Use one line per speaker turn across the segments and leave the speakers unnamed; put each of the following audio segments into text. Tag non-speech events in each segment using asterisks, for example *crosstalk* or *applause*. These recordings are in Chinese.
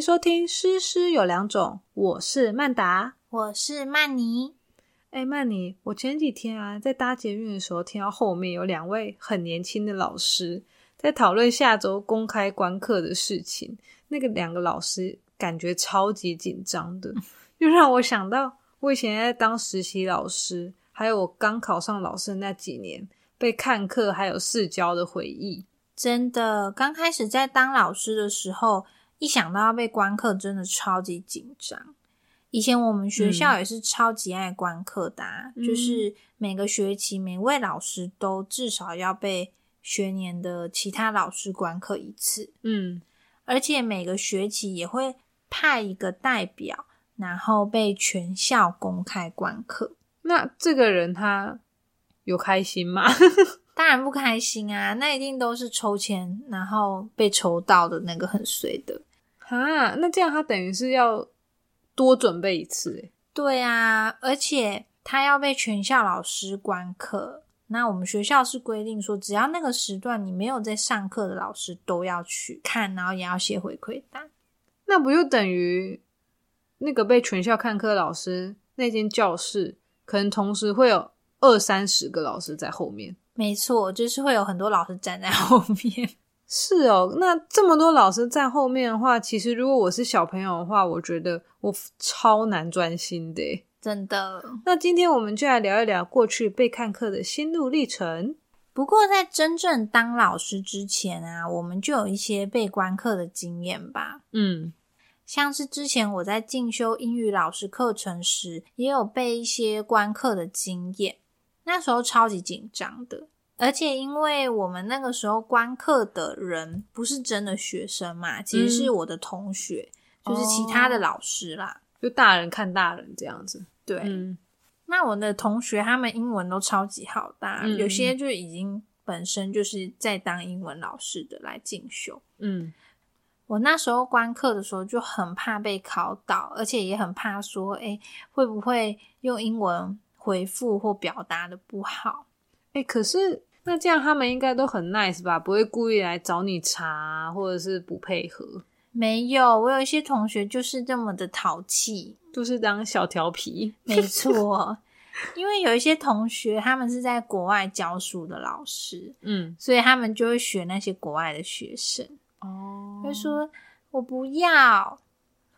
收听《诗诗有两种》，我是曼达。
我是曼妮，
哎，曼妮，我前几天啊，在搭捷运的时候，听到后面有两位很年轻的老师在讨论下周公开观课的事情。那个两个老师感觉超级紧张的， *laughs* 又让我想到我以前在当实习老师，还有我刚考上老师的那几年被看课还有试教的回忆。
真的，刚开始在当老师的时候，一想到要被观课，真的超级紧张。以前我们学校也是超级爱观课的、啊
嗯
就是每个学期每位老师都至少要被学年的其他老师观课一次。
嗯，
而且每个学期也会派一个代表，然后被全校公开观课。
那这个人他有开心吗？
当然不开心啊，那一定都是抽签，然后被抽到的那个很衰的。
哈，那这样他等于是要多准备一次欸，
对啊，而且他要被全校老师观课。那我们学校是规定说，只要那个时段你没有在上课的老师都要去看，然后也要写回馈单。
那不就等于那个被全校看课老师那间教室，可能同时会有二三十个老师在后面。
没错，就是会有很多老师站在后面。 *laughs*
是哦，那这么多老师在后面的话，其实如果我是小朋友的话，我觉得我超难专心的欸。
真的。
那今天我们就来聊一聊过去被看课的心路历程。
不过在真正当老师之前啊，我们就有一些被观课的经验吧。
嗯
像是之前我在进修英语老师课程时，也有被一些观课的经验，那时候超级紧张的。而且因为我们那个时候观课的人不是真的学生嘛，其实是
嗯
我的同学，就是其他
哦
的老师啦。
就大人看大人这样子。
对，
嗯，
那我的同学他们英文都超级好的啊、
嗯
有些就已经本身就是在当英文老师的来进修。
嗯，
我那时候观课的时候就很怕被考倒，而且也很怕说，哎，会不会用英文回复或表达的不好？
哎、可是那这样他们应该都很 nice 吧？不会故意来找你茬啊、或者是不配合，
没有，我有一些同学就是这么的淘气，
就是当小调皮。
没错，因为有一些同学他们是在国外教书的老师，
嗯，
所以他们就会学那些国外的学生。
哦
就说我不要，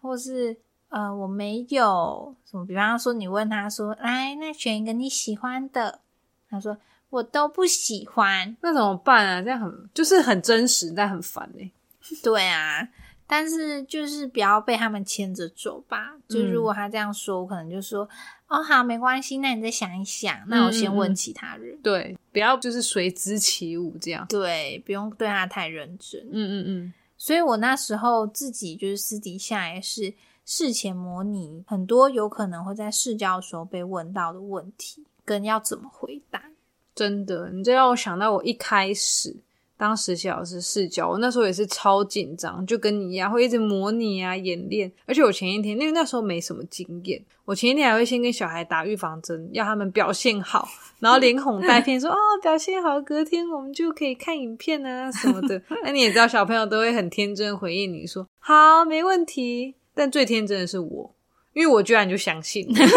或是呃我没有什么。比方说，你问他说：“来，那选一个你喜欢的。”他说：“我都不喜欢。
那怎么办啊？这样很就是很真实，但很烦哎、”
对啊，但是就是不要被他们牵着走吧。就
嗯
如果他这样说，我可能就说：“哦，好，没关系，那你再想一想。”那我先
嗯嗯
问
嗯
其他人。
对，不要就是随之起舞这样。
对，不用对他太认真。
嗯嗯嗯，
所以我那时候自己就是私底下也是事前模拟很多有可能会在试教的时候被问到的问题，跟要怎么回答。
真的，你这让我想到我一开始当实习老师试教，我那时候也是超紧张，就跟你一样会一直模拟啊演练。而且我前一天因为那时候没什么经验，我前一天还会先跟小孩打预防针，要他们表现好，然后连哄带骗说哦表现好，隔天我们就可以看影片啊什么的。那你也知道，小朋友都会很天真回应你说好没问题，但最天真的是我，因为我居然就相信了。 *laughs*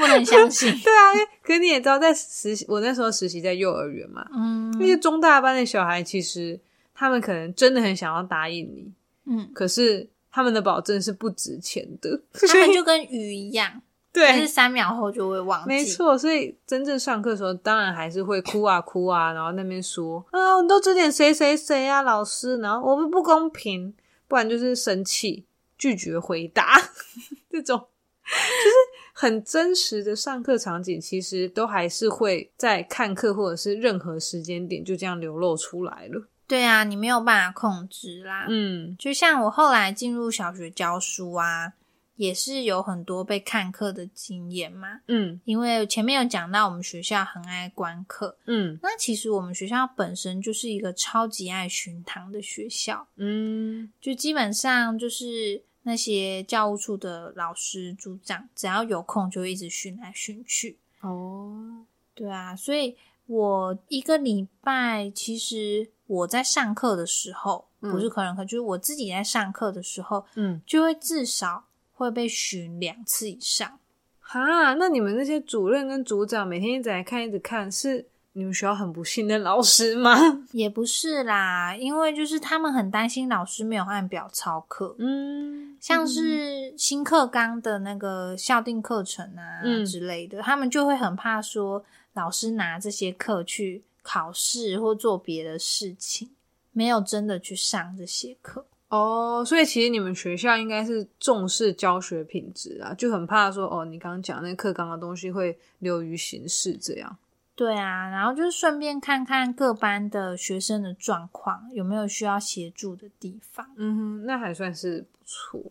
不能相信，
对啊，因为可你也知道，在实习，我那时候实习在幼儿园嘛，
嗯
那些中大班的小孩，其实他们可能真的很想要答应你， *laughs*
嗯，
可是他们的保证是不值钱的，
*laughs* 他
所
们
以
就跟鱼一样，就是
*laughs* 对，
三秒后就会忘记。
没，错。所以真正上课的时候，当然还是会哭啊哭啊，然后那边说啊，我们都指点谁谁谁啊，老师，然后我们不公平，不然就是生气拒绝回答 *laughs* 这种。就是很真实的上课场景，其实都还是会在看课或者是任何时间点就这样流露出来了。
对啊，你没有办法控制啦。
嗯，
就像我后来进入小学教书啊，也是有很多被看课的经验嘛。
嗯
因为前面有讲到，我们学校很爱观课，
嗯
那其实我们学校本身就是一个超级爱巡堂的学校，
嗯
就基本上就是那些教务处的老师组长，只要有空就会一直巡来巡去。
哦，
对啊，所以我一个礼拜其实我在上课的时候，
嗯
不是可人课，就是我自己在上课的时候，
嗯，
就会至少会被巡两次以上。
哈，那你们那些主任跟组长每天一直来看，一直看，是你们学校很不信任老师吗？
也不是啦，因为就是他们很担心老师没有按表操课，
*laughs* 嗯，
像是新课纲的那个校定课程啊
嗯
之类的，他们就会很怕说老师拿这些课去考试或做别的事情，没有真的去上这些课。
哦，所以其实你们学校应该是重视教学品质啊，就很怕说哦，你刚刚讲那课纲的东西会流于形式这样。
对啊，然后就是顺便看看各班的学生的状况，有没有需要协助的地方。
嗯哼，那还算是不错。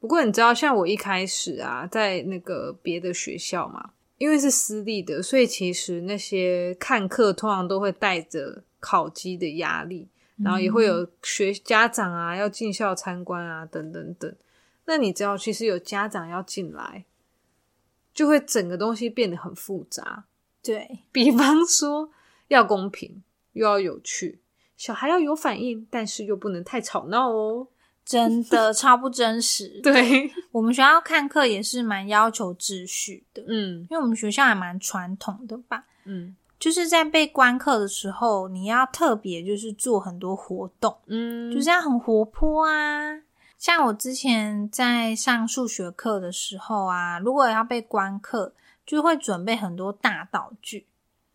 不过你知道，像我一开始啊，在那个别的学校嘛，因为是私立的，所以其实那些看课通常都会带着考绩的压力，然后也会有学家长啊要进校参观啊等等等。那你知道，其实有家长要进来，就会整个东西变得很复杂。
对，
比方说要公平，又要有趣，小孩要有反应，但是又不能太吵闹哦。
真的 *laughs* 超不真实。
对，
我们学校看课也是蛮要求秩序的，
嗯
因为我们学校还蛮传统的吧。
嗯
就是在被观课的时候，你要特别就是做很多活动，
嗯，
就是要很活泼啊。像我之前在上数学课的时候啊，如果要被观课，就会准备很多大道具，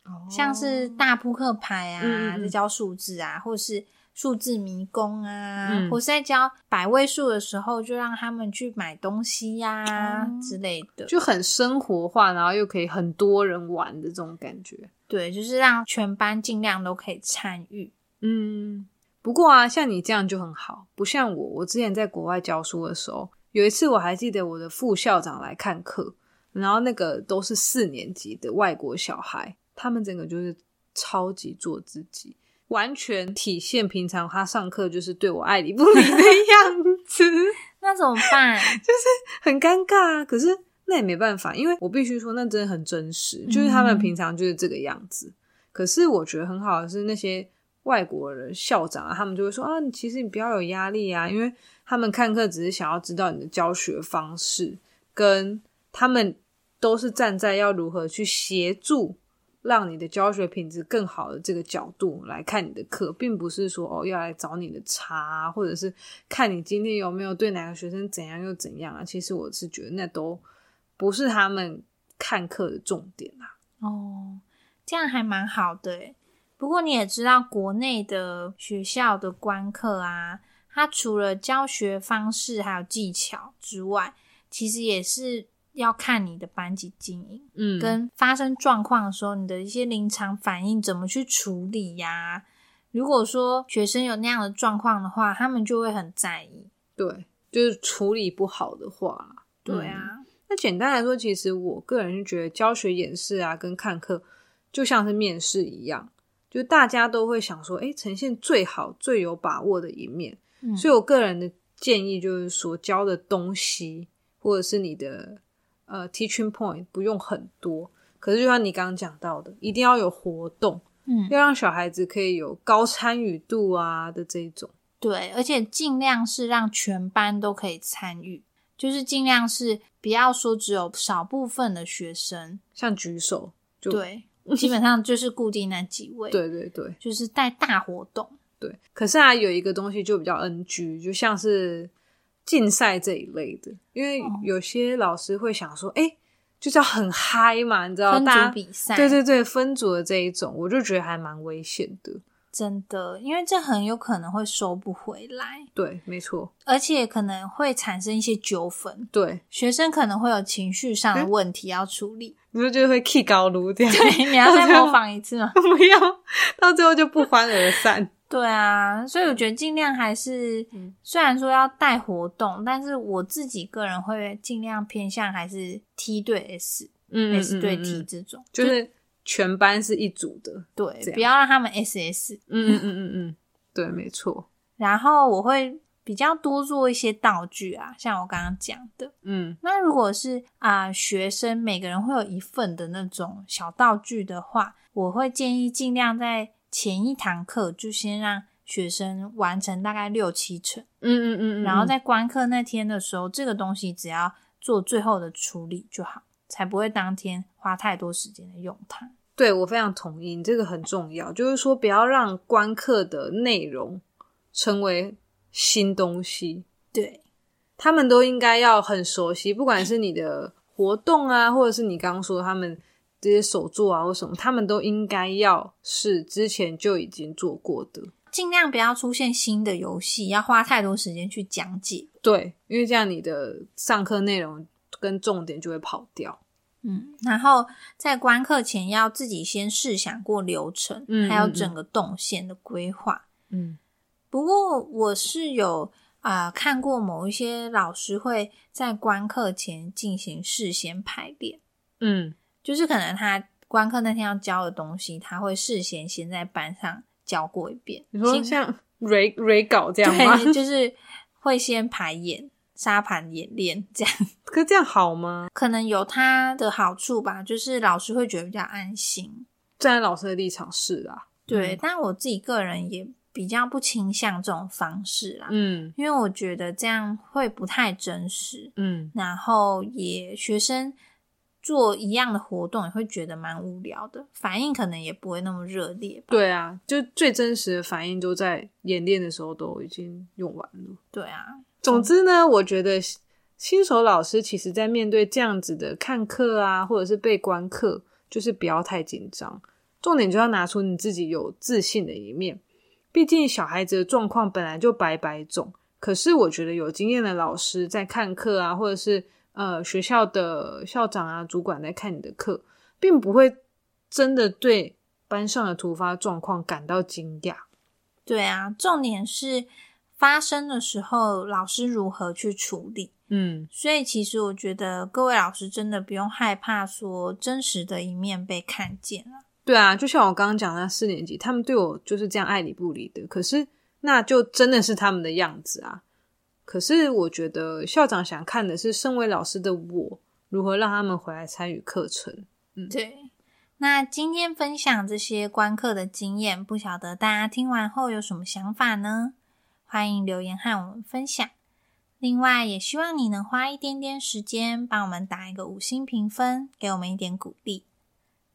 哦
像是大扑克牌啊，
嗯嗯嗯
在教数字啊，或是数字迷宫啊，
嗯
或是在教百位数的时候，就让他们去买东西呀、
哦
之类的。
就很生活化，然后又可以很多人玩的这种感觉。
对，就是让全班尽量都可以参与。
嗯，不过啊，像你这样就很好，不像我，我之前在国外教书的时候，有一次我还记得我的副校长来看课，然后那个都是四年级的外国小孩，他们整个就是超级做自己，完全体现平常他上课就是对我爱理不理的 *laughs* 样子，
那怎么办？
很尴尬啊。可是那也没办法，因为我必须说，那真的很真实，就是他们平常就是这个样子。可是我觉得很好的是那些外国人校长啊，他们就会说啊，你其实你不要有压力啊，因为他们看课只是想要知道你的教学方式，跟他们都是站在要如何去协助让你的教学品质更好的这个角度来看你的课，并不是说哦要来找你的茬啊、或者是看你今天有没有对哪个学生怎样又怎样啊。其实我是觉得那都不是他们看课的重点啊。
哦，这样还蛮好的诶。不过你也知道，国内的学校的观课啊，它除了教学方式还有技巧之外，其实也是要看你的班级经营，
嗯，
跟发生状况的时候，你的一些临场反应怎么去处理呀、如果说学生有那样的状况的话，他们就会很在意。
对，就是处理不好的话啦，
对
嗯
啊，
那简单来说，其实我个人是觉得教学演示啊，跟看课就像是面试一样，就大家都会想说，哎，呈现最好、最有把握的一面。
嗯
所以我个人的建议就是说，教的东西或者是你的呃 teaching point 不用很多，可是就像你刚刚讲到的，一定要有活动，
嗯，
要让小孩子可以有高参与度啊的这一种。
对，而且尽量是让全班都可以参与，就是尽量是不要说只有少部分的学生，
像举手，就 *laughs*
对，基本上就是固定那几位，，
对对对。
就是带大活动，
对，可是啊，有一个东西就比较 NG，就像是竞赛这一类的，因为
哦
有些老师会想说，哎、就是要很嗨嘛，你知道，
分
哦大家
组比赛，
对对对，分组的这一种，我就觉得还蛮危险的。
真的，因为这很有可能会收不回来，
对，没错，
而且可能会产生一些纠纷，
对，
学生可能会有情绪上的问题要处理。 *laughs*
你就就会 k 高炉这样， *laughs*
对，你要再模仿一次吗？
不要到最后就不欢而散。
对啊，所以我觉得尽量还是，
嗯
虽然说要带活动，但是我自己个人会尽量偏向还是 T 对 S、
嗯
S 对 T
嗯
这种，
就是全班是一组的。
对
这，样
不要让他们 SS。
嗯嗯嗯嗯嗯， *laughs* 对，没错。
然后我会比较多做一些道具啊，像我刚刚讲的。
嗯
那如果是啊、学生每个人会有一份的那种小道具的话，我会建议尽量在前一堂课就先让学生完成大概六七成，
嗯嗯嗯，嗯
然后
嗯
在观课那天的时候，这个东西只要做最后的处理就好，才不会当天花太多时间的用它。
对我非常同意，你这个很重要，就是说不要让观课的内容成为新东西，
对，
他们都应该要很熟悉，不管是你的活动啊，或者是你刚刚说他们这些手作啊或什么，他们都应该要是之前就已经做过的。
尽量不要出现新的游戏，要花太多时间去讲解。
对，因为这样你的上课内容跟重点就会跑掉。
嗯，然后在观课前要自己先试想过流程，
嗯
还有
嗯嗯
整个动线的规划。
嗯
不过我是有啊、呃看过某一些老师会在观课前进行事先排练，
嗯
就是可能他观课那天要教的东西，他会事先先在班上教过一遍。
你说
先
像蕊蕊稿这样吗？ *laughs*
对，就是会先排演、沙盘演练这样，
可这样好吗？
可能有它的好处吧，就是老师会觉得比较安心。
站在老师的立场是啊，
对，但我自己个人也比较不倾向这种方式啦，
嗯
因为我觉得这样会不太真实。
嗯，
然后也学生做一样的活动也会觉得蛮无聊的，反应可能也不会那么热烈吧。
对啊，就最真实的反应都在演练的时候都已经用完了。
对啊，
总之呢，我觉得新新手老师其实在面对这样子的看课啊，或者是被观课，就是不要太紧张，重点就要拿出你自己有自信的一面。毕竟小孩子的状况本来就百百种，可是我觉得有经验的老师在看课啊，或者是呃学校的校长啊、主管在看你的课，并不会真的对班上的突发状况感到惊讶。
对啊，重点是发生的时候老师如何去处理。
嗯，
所以其实我觉得各位老师真的不用害怕说真实的一面被看见了。
对啊，就像我刚刚讲的那四年级，他们对我就是这样爱理不理的。可是那就真的是他们的样子啊。可是我觉得校长想看的是，身为老师的我如何让他们回来参与课程。
对，那今天分享这些观课的经验，不晓得大家听完后有什么想法呢？欢迎留言和我们分享。另外，也希望你能花一点点时间帮我们打一个五星评分，给我们一点鼓励。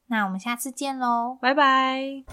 那我们下次见喽，
拜拜。